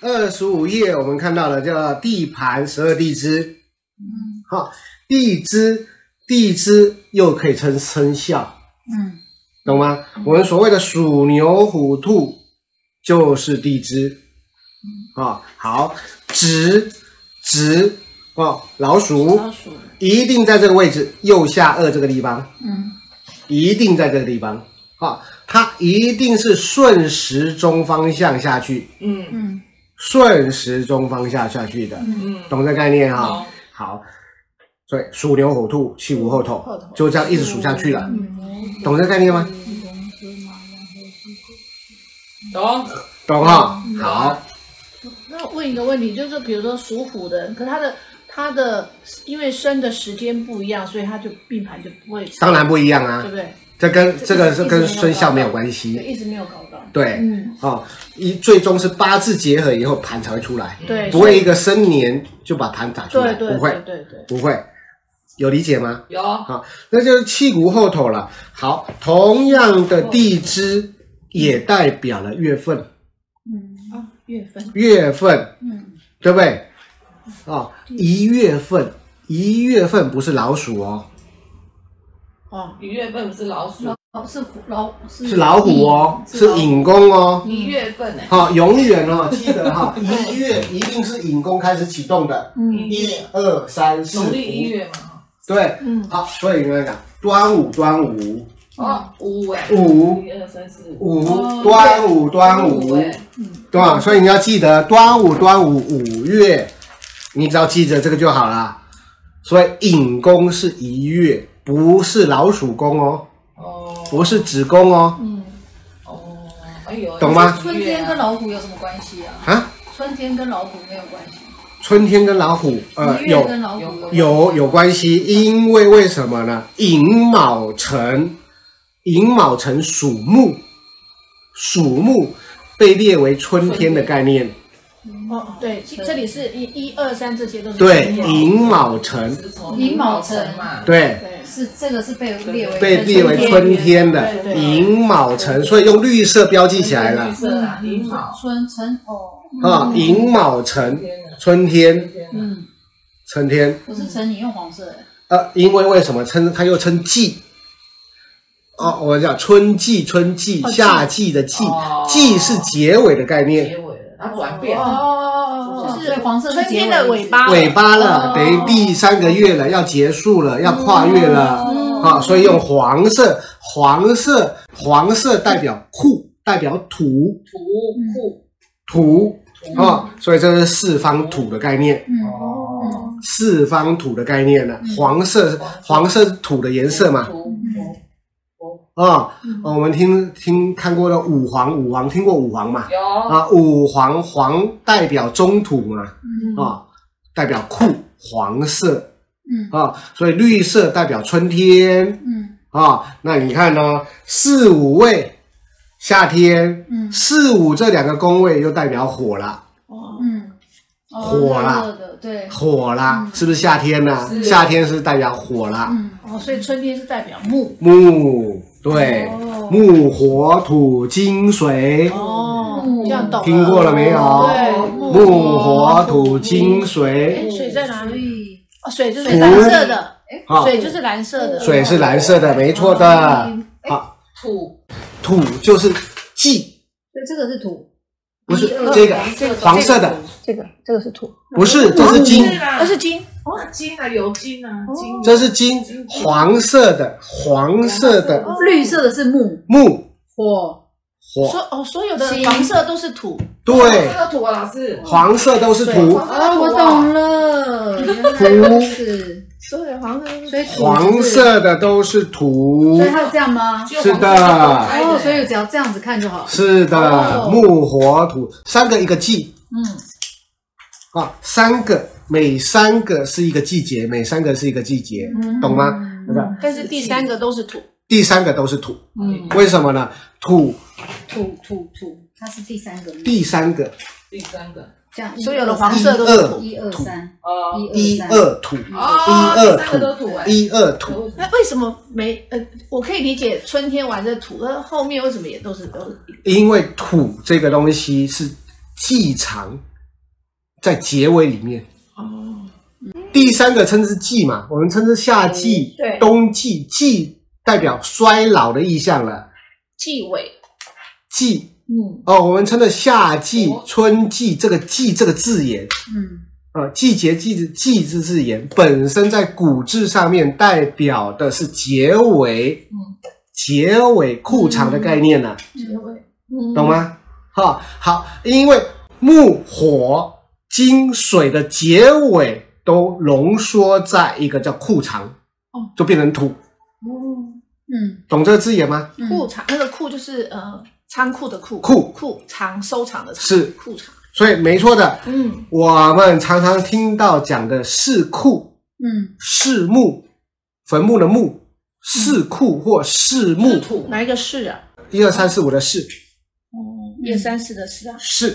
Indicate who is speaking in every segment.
Speaker 1: 二十五页我们看到了叫地盘十二地支，嗯，好，地支地支又可以称生肖，
Speaker 2: 嗯，
Speaker 1: 懂吗？我们所谓的鼠牛虎兔就是地支，啊，好，子子哦，老鼠
Speaker 2: 老鼠，
Speaker 1: 一定在这个位置，右下颚这个地方，
Speaker 2: 嗯
Speaker 1: 一定在这个地方啊，它一定是顺时钟方向下去，
Speaker 3: 嗯
Speaker 2: 嗯
Speaker 1: 顺时钟方向下去的，
Speaker 3: 嗯，
Speaker 1: 懂这概念哈、
Speaker 3: 好，
Speaker 1: 好，所以鼠牛虎兔气无后头，就这样一直数下去
Speaker 2: 嗯
Speaker 1: 了，
Speaker 4: 嗯
Speaker 1: 懂这概念吗？
Speaker 3: 懂，
Speaker 1: 懂哈、
Speaker 2: 嗯
Speaker 1: 好，
Speaker 2: 那问一个问题，就是比如说属虎的人，可他的他的因为生的时间不一样，所以他就命盘就不会，
Speaker 1: 当然不一样
Speaker 2: 对
Speaker 1: 啊
Speaker 2: 不，对？
Speaker 1: 这跟这个
Speaker 2: 这
Speaker 1: 是
Speaker 2: 个
Speaker 1: 跟
Speaker 2: 是
Speaker 1: 生肖没有
Speaker 2: 没有
Speaker 1: 关
Speaker 2: 就
Speaker 1: 系，
Speaker 2: 一直没有搞到。
Speaker 1: 对，
Speaker 2: 嗯，
Speaker 1: 哦，一最终是八字结合以后盘才会出来，
Speaker 2: 对，
Speaker 1: 不会一个生年就把盘打出
Speaker 2: 所
Speaker 1: 来，
Speaker 2: 以，对对
Speaker 1: 不会
Speaker 2: 对对对，
Speaker 1: 不会，有理解吗？
Speaker 3: 有，
Speaker 1: 好，那就是气骨后头了。好，同样的地支也代表了月份，
Speaker 2: 嗯啊，月份，
Speaker 1: 月份
Speaker 2: 嗯
Speaker 1: 对不对？哦，一月份，一月份不是老鼠哦，
Speaker 2: 哦，
Speaker 3: 一月份不是老鼠，
Speaker 2: 哦是虎老是
Speaker 1: 是老虎哦，
Speaker 3: 是
Speaker 1: 是
Speaker 3: 老虎
Speaker 1: 引弓哦。
Speaker 3: 嗯一月份哎，
Speaker 1: 好，永远哦，记得 哈、一月一定是引弓开始启动的，
Speaker 2: 嗯
Speaker 1: 一二三四，
Speaker 3: 农历一月嘛，
Speaker 1: 对，
Speaker 2: 嗯
Speaker 1: 好，所以你们讲端午，端午，
Speaker 4: 嗯
Speaker 3: 哦，五哎，
Speaker 1: 五
Speaker 3: 一二三四五，
Speaker 1: 五
Speaker 3: 哦
Speaker 1: 端午，端午，
Speaker 3: 哎，
Speaker 1: 对吧？所以你要记得端午，端午五月，你只要记着这个就好了。所以引弓是一月，不是老鼠弓哦，
Speaker 3: 哦
Speaker 1: 不是子弓哦，
Speaker 2: 嗯，
Speaker 3: 哦，哎呦，
Speaker 1: 懂吗
Speaker 4: 春天跟老虎有什么关系啊？
Speaker 1: 啊，
Speaker 4: 春天跟老虎没有关系，
Speaker 1: 春天跟老虎，呃，
Speaker 4: 一月
Speaker 1: 有
Speaker 4: 跟老虎有关系
Speaker 1: 有有关系，因为为什么呢？寅卯辰，寅卯辰属木，属木被列为春天的概念。
Speaker 2: 哦对，这这里是一一二三这些都是
Speaker 1: 对，
Speaker 2: 月
Speaker 1: 寅卯辰，
Speaker 3: 子丑
Speaker 4: 寅卯
Speaker 3: 辰嘛，
Speaker 1: 对，
Speaker 2: 对，
Speaker 4: 是这个是被列为
Speaker 1: 被列为春天的
Speaker 2: 对对
Speaker 1: 寅卯辰，所以用绿色标记起来了
Speaker 3: 绿色啊，寅卯，
Speaker 4: 春春哦，
Speaker 1: 啊。寅卯辰，
Speaker 3: 天啊，
Speaker 1: 春天，
Speaker 3: 天啊，
Speaker 2: 嗯
Speaker 1: 春天。
Speaker 4: 不是陈你用黄色，
Speaker 1: 呃，因为为什么称它又称季？哦，我讲春季，春季，
Speaker 2: 哦季
Speaker 1: 夏季的季
Speaker 3: 哦，
Speaker 1: 季是结尾的概念，
Speaker 3: 结尾了，它转变
Speaker 2: 哦
Speaker 3: 了，
Speaker 2: 哦哦，
Speaker 4: 所
Speaker 2: 是
Speaker 4: 以黄色是
Speaker 2: 春
Speaker 4: 结
Speaker 2: 天的尾巴，
Speaker 1: 尾巴了，
Speaker 2: 哦
Speaker 1: 等于第三个月了，要结束了，要跨越了
Speaker 2: 嗯
Speaker 1: 啊，所以用黄色，黄色，黄色代表库，代表土，
Speaker 3: 土库，
Speaker 1: 土啊、所以这是四方土的概念，
Speaker 4: 嗯，
Speaker 3: 哦，
Speaker 1: 四方土的概念
Speaker 2: 嗯
Speaker 1: 呢，黄色黄色是土的颜色嘛，
Speaker 3: 土哦土
Speaker 1: 啊、
Speaker 4: 嗯
Speaker 1: 哦我们听听看过的五黄，五黄听过五黄嘛，
Speaker 3: 有
Speaker 4: 哦
Speaker 1: 啊，五黄黄代表中土嘛，啊、代表库黄色，
Speaker 4: 嗯
Speaker 1: 啊、所以绿色代表春天，
Speaker 4: 嗯
Speaker 1: 啊、那你看呢、哦，四五位夏天，
Speaker 4: 嗯
Speaker 1: 四五这两个宫位又代表火了。
Speaker 2: 哦
Speaker 4: 嗯，哦
Speaker 1: 火啦
Speaker 4: 热热的对，
Speaker 1: 火啦，
Speaker 4: 嗯
Speaker 1: 是不是夏天呢、
Speaker 3: 是
Speaker 1: 夏天是代表火啦，
Speaker 4: 嗯
Speaker 2: 哦，所以春天是代表木
Speaker 1: 木对，
Speaker 2: 哦
Speaker 1: 木火土金水，
Speaker 2: 哦
Speaker 4: 木，
Speaker 2: 这样懂
Speaker 1: 听过了没有？
Speaker 2: 对，
Speaker 1: 木火土金水，
Speaker 2: 哎，水在哪
Speaker 4: 所
Speaker 2: 里？
Speaker 4: 以
Speaker 2: 哦，水就是蓝色的，
Speaker 1: 啊，
Speaker 2: 水就是蓝色的，
Speaker 1: 水是蓝色的，没错的。
Speaker 4: 哎
Speaker 1: 啊，
Speaker 3: 土
Speaker 1: 土就是忌，
Speaker 4: 所以这个是土，
Speaker 1: 不是
Speaker 4: 一二
Speaker 1: 这个
Speaker 4: 这个
Speaker 1: 黄色的，
Speaker 5: 这个这个是土，
Speaker 1: 不是，这是金，
Speaker 3: 啦
Speaker 2: 那是金，
Speaker 3: 金啊，有金
Speaker 4: 哦
Speaker 3: 啊，金
Speaker 1: 这是金，黄色的，黄色的
Speaker 4: 哦绿色的是木
Speaker 1: 木
Speaker 4: 火，
Speaker 1: 火，
Speaker 2: 所哦所有的
Speaker 4: 金
Speaker 2: 黄色都是土，
Speaker 1: 对
Speaker 3: 这，个土啊，老师，
Speaker 1: 黄色都是土，
Speaker 4: 哦，我懂了，原来如此，
Speaker 5: 对，黄色
Speaker 4: 所以土是
Speaker 1: 黄，色的都是土
Speaker 4: 所以，它有这样吗？
Speaker 1: 是的。
Speaker 4: 哦，所以只要这样子看就好。
Speaker 1: 是的，木火土三个一个季
Speaker 4: 嗯，
Speaker 1: 啊，三个每三个是一个季节，每三个是一个季
Speaker 4: 嗯
Speaker 1: 节，懂吗？那个
Speaker 2: 但是第三个都是土，
Speaker 1: 第三个都是土，
Speaker 4: 嗯，
Speaker 1: 为什么呢？土
Speaker 4: 土土土，它是第三个，
Speaker 1: 第三个
Speaker 3: 第三个，
Speaker 4: 这样
Speaker 2: 所有的黄色都
Speaker 1: 一
Speaker 2: 是
Speaker 1: 二
Speaker 2: 土。
Speaker 4: 一二三，
Speaker 3: 哦
Speaker 1: 一
Speaker 4: 一二三，
Speaker 1: 二土，
Speaker 3: 哦，
Speaker 1: 一二
Speaker 3: 第三个都土哎，
Speaker 1: 一二土，
Speaker 2: 那为什么没呃？我可以理解春天玩的土，那后面为什么也都是都是
Speaker 1: 因为土这个东西是季常，在结尾里面。
Speaker 4: 哦
Speaker 1: 第三个称之季嘛，我们称之夏季、
Speaker 4: 嗯对
Speaker 1: 冬季，季代表衰老的意象了。
Speaker 2: 纪委，
Speaker 1: 季
Speaker 2: 嗯，
Speaker 1: 哦，我们称的夏季
Speaker 3: 哦、
Speaker 1: 春季这个“季”这个字眼，
Speaker 4: 嗯，
Speaker 1: 呃，季节季之季之字眼本身在古字上面代表的是结尾，
Speaker 2: 嗯
Speaker 1: 结尾裤长的概念呢、啊
Speaker 3: 结尾
Speaker 2: 嗯
Speaker 1: 懂？吗？哈、好，因为木、火、金、水的结尾都浓缩在一个叫裤长，
Speaker 2: 哦，
Speaker 1: 就变成土，
Speaker 3: 哦，
Speaker 4: 嗯，
Speaker 1: 懂这个字眼吗？
Speaker 4: 嗯
Speaker 2: 库藏那个库就是呃仓库的库，
Speaker 1: 库
Speaker 2: 库藏收藏的藏
Speaker 1: 是
Speaker 2: 库藏，
Speaker 1: 所以没错的，
Speaker 2: 嗯
Speaker 1: 我们常常听到讲的是库。
Speaker 4: 嗯，
Speaker 1: 弑木，坟墓的墓，弑库或弑墓，
Speaker 3: 土
Speaker 2: 哪一个嗯是啊？
Speaker 1: 一二三四五的弑，
Speaker 2: 哦，一二三四的是啊，
Speaker 1: 弑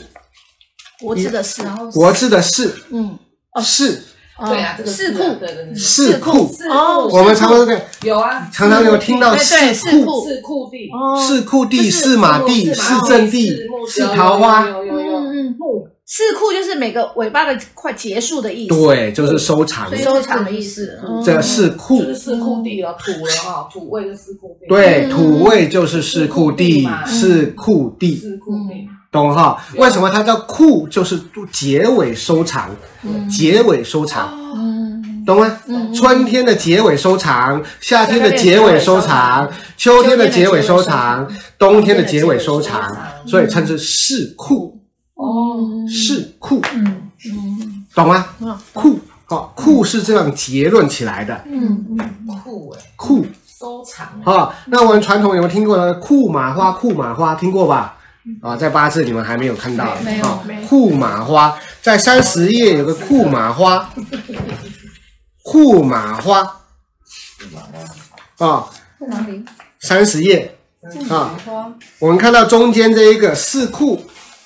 Speaker 2: 国字的是，
Speaker 4: 然后
Speaker 1: 国字的弑，
Speaker 2: 嗯，哦
Speaker 1: 弑
Speaker 3: 对啊，这个
Speaker 2: 四
Speaker 3: 字
Speaker 2: 库
Speaker 3: 啊，对对对，
Speaker 1: 弑库，
Speaker 3: 四
Speaker 2: 哦
Speaker 3: 库
Speaker 1: 我们常常在
Speaker 3: 有啊，
Speaker 1: 常常有听到
Speaker 2: 哎对对
Speaker 1: 弑库，
Speaker 2: 库
Speaker 3: 四库地，哦
Speaker 2: 哦，
Speaker 1: 弑库
Speaker 2: 就
Speaker 1: 地、
Speaker 2: 是
Speaker 1: 弑马地、
Speaker 3: 四
Speaker 1: 弑
Speaker 3: 马
Speaker 1: 阵地
Speaker 3: 四木、哦
Speaker 1: 弑
Speaker 3: 有
Speaker 1: 桃花，
Speaker 3: 有有有有有
Speaker 2: 嗯嗯，
Speaker 3: 木
Speaker 2: 四库就是每个尾巴的快结束的意思，，
Speaker 1: 对，就是收藏
Speaker 2: 所以
Speaker 4: 以
Speaker 2: 收藏的意思
Speaker 4: 嗯，
Speaker 2: 嗯
Speaker 1: 这弑库
Speaker 3: 就，是四库地了，土了哈，土味是四库地，
Speaker 1: 对，
Speaker 2: 嗯
Speaker 1: 土味就是弑库地
Speaker 3: 嗯，
Speaker 1: 弑库地，
Speaker 3: 四库地，
Speaker 1: 懂哈？为什么它叫库？就是结尾收藏，
Speaker 2: 嗯
Speaker 1: 结尾收藏，
Speaker 3: 哦
Speaker 2: 嗯
Speaker 1: 懂吗？
Speaker 2: 嗯，
Speaker 1: 春天的结尾收藏，夏天的结尾收藏，秋天的结尾收藏，冬天的结尾收
Speaker 3: 秋天的结尾
Speaker 1: 藏，
Speaker 3: 收藏
Speaker 1: 所以称之是库，
Speaker 2: 哦
Speaker 1: 是库，
Speaker 4: 嗯
Speaker 2: 嗯
Speaker 1: 懂吗？
Speaker 2: 嗯
Speaker 1: 库，哦，库是这样结论起来的，
Speaker 2: 嗯
Speaker 3: 酷哎，
Speaker 1: 库
Speaker 3: 收藏哎
Speaker 1: 啊、那我们传统有没有听过呢？库马花，库马花听过吧？啊、在八字你们还没有看到
Speaker 4: 没有
Speaker 1: 啊
Speaker 2: 没有
Speaker 1: 库马花在三十页有个库马花，库马花啊。
Speaker 4: 在哪里？
Speaker 1: 三十页啊，
Speaker 4: 花
Speaker 1: 我们看到中间这一个四库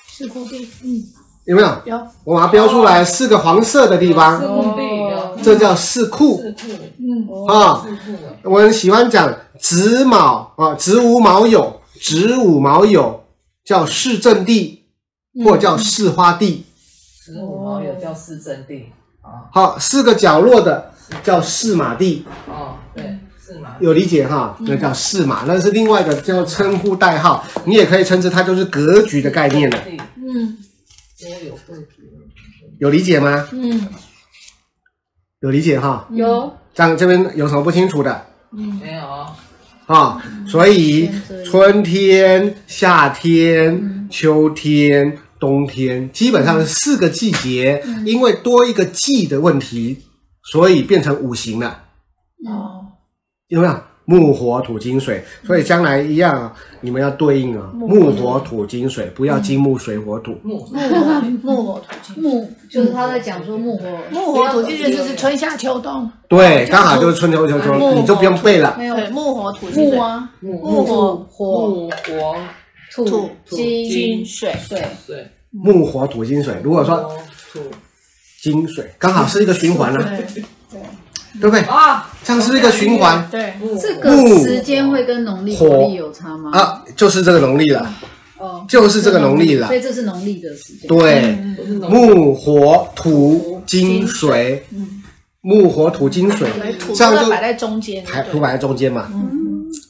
Speaker 2: 是固定，嗯，
Speaker 1: 有没有？
Speaker 2: 有，
Speaker 1: 我把它标出来，四个黄色的地
Speaker 3: 四
Speaker 1: 方，
Speaker 3: 库地有
Speaker 1: 这叫四库
Speaker 3: 哦四库
Speaker 2: 嗯
Speaker 1: 啊。
Speaker 3: 四库哎，
Speaker 1: 我们喜欢讲子卯啊，子午卯酉，子午卯酉叫市政地或叫市花地，
Speaker 3: 十五毛哦有叫四镇地啊，
Speaker 1: 好，四个角落的叫市马地，
Speaker 3: 哦对，是嘛，
Speaker 1: 有理解哈？那叫市马，那是另外一个叫称呼代号，你也可以称之它就是格局的概念了，
Speaker 3: 地
Speaker 2: 嗯
Speaker 3: 多有格局，
Speaker 1: 有理解吗？
Speaker 2: 嗯
Speaker 1: 有理解哈？
Speaker 4: 有
Speaker 1: 这样这边有什么不清楚的？
Speaker 2: 嗯
Speaker 3: 没有啊，
Speaker 1: 啊，所以
Speaker 4: 嗯对
Speaker 1: 春天、夏天、秋天、冬天，基本上是四个季节，因为多一个季的问题，所以变成五行了，
Speaker 4: 嗯
Speaker 2: 哦
Speaker 1: 有没有？木火土金水，所以将来一样啊，你们要对应啊，木
Speaker 2: 木嗯
Speaker 1: 火土金水，不要金木水火土。
Speaker 3: 木
Speaker 2: 木火土金，
Speaker 4: 木，就是他在讲说木火，
Speaker 2: 木火土金就是春夏秋冬，
Speaker 1: 对，
Speaker 2: 哦
Speaker 1: 刚好就是春秋秋
Speaker 2: 木
Speaker 1: 秋，
Speaker 2: 火
Speaker 1: 你就不用背了。
Speaker 4: 没有
Speaker 2: 对，木火土金
Speaker 4: 木
Speaker 2: 水，
Speaker 4: 啊，
Speaker 3: 木
Speaker 2: 木火
Speaker 4: 火
Speaker 3: 木火
Speaker 4: 土
Speaker 3: 土
Speaker 4: 金
Speaker 2: 金水，
Speaker 4: 水，
Speaker 3: 水，
Speaker 1: 木火土金水，如果
Speaker 3: 뭐
Speaker 1: 说
Speaker 3: 土
Speaker 1: 金水，刚好是一个循环了、
Speaker 2: 对
Speaker 1: 对不
Speaker 2: 嗯
Speaker 1: 对？
Speaker 3: 啊，
Speaker 1: 这样是一个循
Speaker 3: 뭐
Speaker 1: 环。
Speaker 2: 对，
Speaker 4: 这个时间会跟农历国历有差吗？
Speaker 1: 啊，就是这个农历了，
Speaker 4: 哦，
Speaker 1: 就是这个农历了
Speaker 4: 所。以这是农历的时间。
Speaker 1: 对，
Speaker 2: 嗯
Speaker 1: 木火土金水，木火土金水，
Speaker 2: 嗯对土
Speaker 1: 这样
Speaker 2: 要
Speaker 1: 就
Speaker 2: 摆在中间，
Speaker 1: 排
Speaker 2: 对
Speaker 1: 土摆在中间嘛。
Speaker 2: 嗯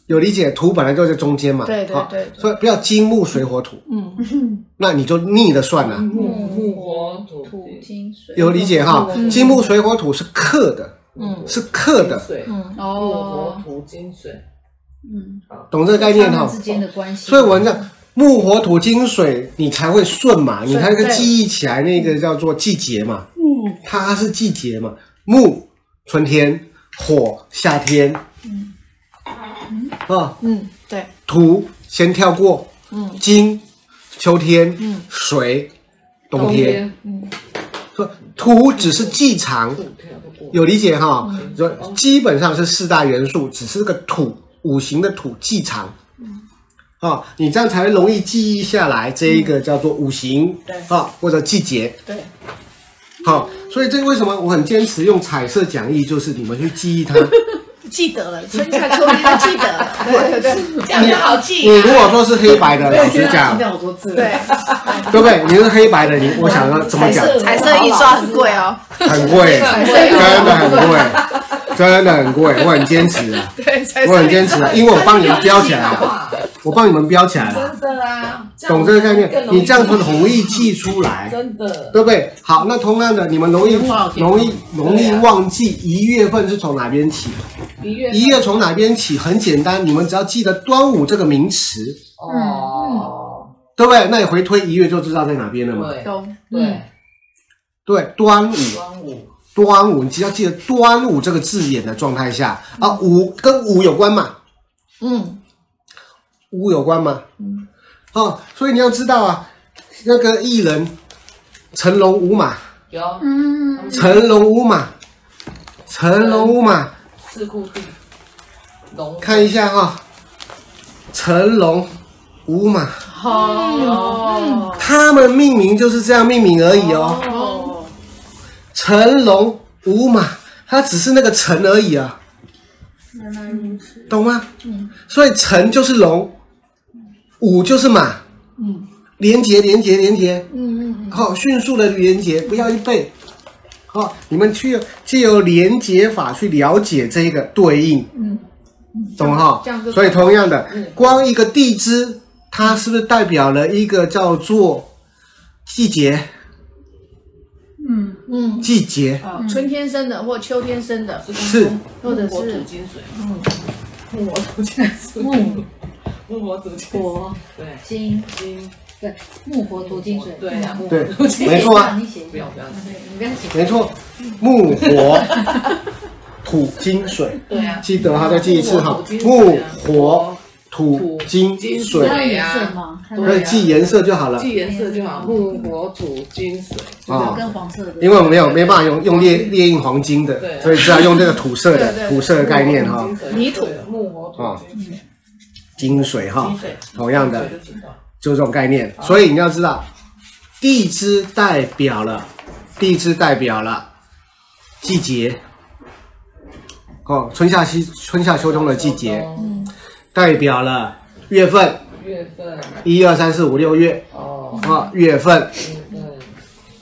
Speaker 1: 有理解，土本来就在中间嘛。
Speaker 2: 对对
Speaker 1: 啊
Speaker 2: 对对
Speaker 1: 所以不要金木水火土，
Speaker 2: 嗯
Speaker 1: 那你就逆着算了。
Speaker 3: 木木火土
Speaker 4: 土金水
Speaker 1: 有理解哈？
Speaker 3: 嗯
Speaker 1: 金木水火土是克的，
Speaker 3: 뭐
Speaker 2: 嗯
Speaker 1: 是克的，
Speaker 3: 水，
Speaker 2: 嗯
Speaker 3: 木火
Speaker 4: 哦，
Speaker 3: 土金水，
Speaker 4: 嗯，
Speaker 1: 懂这个概念
Speaker 4: 他
Speaker 1: 哈
Speaker 4: 们？之间的关系。
Speaker 1: 所以我们讲木火土金水，你才会顺嘛，你才会
Speaker 2: 对
Speaker 1: 记忆起来那个叫做季节嘛。嗯，它是季节嘛，木春天，火夏天。嗯，啊，
Speaker 2: 嗯，对，
Speaker 1: 土先跳过，
Speaker 2: 嗯
Speaker 1: 金秋天，
Speaker 2: 嗯，
Speaker 1: 水冬
Speaker 3: 冬
Speaker 1: 天。
Speaker 3: 天
Speaker 2: 嗯
Speaker 1: 说土只是季常，
Speaker 3: 土跳不过，
Speaker 1: 有理解哈？
Speaker 3: 嗯
Speaker 1: 说基本上是四大元素，只是这个土五行的土记长。
Speaker 3: 嗯
Speaker 1: 啊，你这样才会容易记忆下来这一个叫做五
Speaker 3: 嗯
Speaker 1: 行，
Speaker 2: 对
Speaker 1: 啊，或者季节，
Speaker 2: 对，
Speaker 1: 好、所以这为什么我很坚持用彩色讲义，就是你们去记忆 它。
Speaker 2: 记得了，春夏秋冬都记得了， 对对对，
Speaker 3: 讲的好记
Speaker 1: 你如果说是黑白的，老
Speaker 3: 我觉
Speaker 1: 实
Speaker 3: 得
Speaker 1: 讲
Speaker 3: 听，到好多次了，
Speaker 2: 啊对，
Speaker 1: 对不对？你是黑白的，你我想要怎么 讲？
Speaker 5: 彩色印刷很贵哦，
Speaker 1: 很贵，真的很 贵，真的很贵，我很坚持啊，
Speaker 5: 对，彩色
Speaker 1: 我很坚
Speaker 5: 印
Speaker 1: 持
Speaker 5: 刷
Speaker 1: 啊，因为我帮你们标起来了， 我帮你们标起来了，
Speaker 3: 真的啊，
Speaker 1: 懂这个概念？你这样很容易记出来，
Speaker 3: 真的
Speaker 1: 对不对？好，那同样的，你们容易容易容易忘记一月份是从哪边起，
Speaker 3: 一月
Speaker 1: 一月从哪边起很简单，你们只要记得端午这个名词，
Speaker 3: 哦，
Speaker 1: 对不对？那你回推一月就知道在哪边了嘛。
Speaker 3: 对
Speaker 5: 有
Speaker 3: 对，
Speaker 1: 对，端午，
Speaker 3: 端午
Speaker 1: 端午，你只要记得端午这个字眼的状态下啊，午跟午有关嘛，
Speaker 2: 嗯，
Speaker 1: 午有关嘛，嗯，哦，所以你要知道啊，那个艺人成龙五马，
Speaker 3: 有
Speaker 4: 嗯，
Speaker 1: 成龙五马，成龙五马，
Speaker 3: 四库地龙
Speaker 1: 看一下哈、成龙五马，
Speaker 5: 哦，
Speaker 1: 他们命名就是这样命名而已哦，
Speaker 5: 哦，
Speaker 1: 成龙五马，它只是那个成而已啊，
Speaker 4: 原来如此。
Speaker 1: 懂吗？嗯，所以辰就是龙，午就是马，
Speaker 2: 嗯，
Speaker 1: 连接连接连接，
Speaker 2: 嗯嗯
Speaker 1: 好、迅速的连接，不要去背，好、你们去借由连接法去了解这个对应，
Speaker 2: 嗯
Speaker 1: 懂哈
Speaker 2: 这样就？
Speaker 1: 所以同样的，光一个地支，它是不是代表了一个叫做季节？
Speaker 4: 嗯，
Speaker 2: 嗯
Speaker 1: 季节
Speaker 3: 啊
Speaker 2: 嗯，春天生的或秋天生的，
Speaker 1: 是
Speaker 2: 或者
Speaker 3: 火
Speaker 2: 是
Speaker 3: 土金水，嗯，木火土金水，木木火土金
Speaker 4: 火
Speaker 3: 对
Speaker 4: 金
Speaker 3: 金
Speaker 4: 对木火土金水，
Speaker 3: 对啊
Speaker 4: 木火
Speaker 1: 对
Speaker 4: 土金水
Speaker 1: 没错啊
Speaker 4: 你写一下
Speaker 3: 不要不要，
Speaker 4: 对你不要写，
Speaker 1: 没错，木火土金水，
Speaker 3: 对啊，
Speaker 1: 记得哈，再记一次哈
Speaker 3: 木火土金，
Speaker 1: 木火土金水
Speaker 3: 水啊金水，
Speaker 4: 要
Speaker 3: 对
Speaker 4: 颜
Speaker 3: 啊
Speaker 4: 色吗？它
Speaker 1: 所
Speaker 3: 对
Speaker 1: 以记颜色就好了
Speaker 3: 啊记颜色就好，木火土金水，
Speaker 4: 就是
Speaker 1: 啊。
Speaker 4: 跟黄色的，
Speaker 1: 因为我们没有没办法用用列列印黄金的，
Speaker 3: 对
Speaker 1: 所以只好用这个土色
Speaker 2: 对
Speaker 1: 的
Speaker 2: 对
Speaker 1: 土色的概念哈
Speaker 3: 木火，土金水
Speaker 2: 泥土
Speaker 3: 木火土金水，
Speaker 1: 金水哈
Speaker 3: 金，水
Speaker 1: 同啊样的
Speaker 3: 金水就知道
Speaker 1: 就是这种概念。所以你要知道，地支代表了地支代表了季节，哦，春夏秋春夏秋冬的季节，
Speaker 3: 嗯
Speaker 1: 代表了月份，
Speaker 3: 月份
Speaker 1: 一二三四五六月
Speaker 3: 哦，
Speaker 1: 啊，月份，
Speaker 3: 月份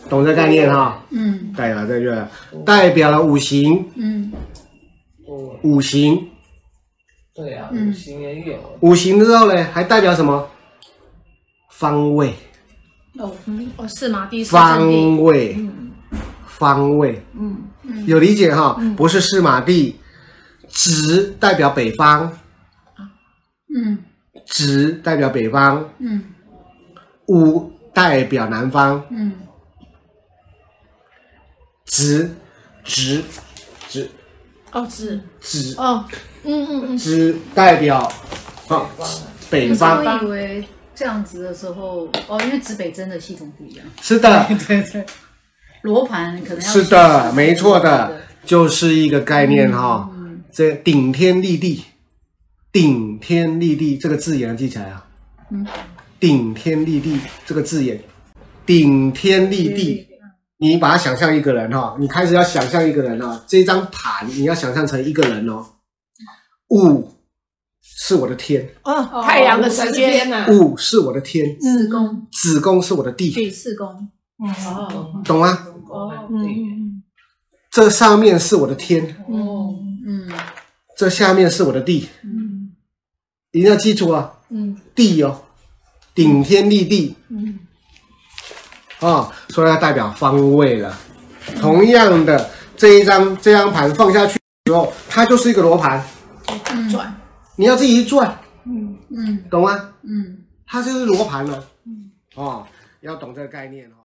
Speaker 1: 懂这概念哈？
Speaker 4: 嗯
Speaker 1: 代表这个代表了五行，
Speaker 4: 嗯
Speaker 3: 我
Speaker 1: 五行，
Speaker 3: 对啊，
Speaker 4: 嗯
Speaker 3: 五行也有，
Speaker 1: 五行之后呢，还代表什么？方位。
Speaker 2: 哦嗯哦是吗？第四圣地，
Speaker 1: 方位，方位，
Speaker 2: 嗯
Speaker 1: 有理解哈？不是四马地，直代表北方，
Speaker 4: 嗯
Speaker 1: 直代表北方，
Speaker 4: 嗯
Speaker 1: 午代表南方，
Speaker 4: 嗯，
Speaker 1: 直，直，直，
Speaker 2: 哦是
Speaker 1: 直，
Speaker 2: 哦嗯嗯嗯
Speaker 1: 直代表啊北
Speaker 4: 我
Speaker 1: 方，
Speaker 4: 以为这样子的时候，哦，因为指北针的系统不一样，
Speaker 1: 是的，
Speaker 4: 罗盘可能要
Speaker 1: 是的，没错的，就是一个概念哈。这顶天立地，顶天立地这个字眼要记起来啊。顶天立地这个字眼，顶天立地，你把它想象一个人哈，你开始要想象一个人哈，这张盘你要想象成一个人哦。午是我的天，
Speaker 2: 哦太阳的时间，啊
Speaker 3: 呐
Speaker 1: 午是我的天，
Speaker 4: 四宫
Speaker 1: 子宫是我的地，
Speaker 4: 对四宫哦，
Speaker 1: 懂吗？
Speaker 3: 哦，
Speaker 2: 嗯
Speaker 3: 对
Speaker 2: 嗯
Speaker 1: 这上面是我的天，
Speaker 3: 哦，
Speaker 4: 嗯
Speaker 1: 这下面是我的地，一定要记住啊，
Speaker 2: 嗯
Speaker 1: 地哦，顶天立地
Speaker 2: 嗯
Speaker 1: 啊、所以它代表方位了。同样的，这一张这张盘放下去之后，它就是一个罗盘，
Speaker 2: 嗯转
Speaker 1: 你要自己去转，
Speaker 4: 嗯
Speaker 1: 懂吗？
Speaker 4: 嗯。
Speaker 1: 啊它就是罗盘了、哦，要懂这个概念哦。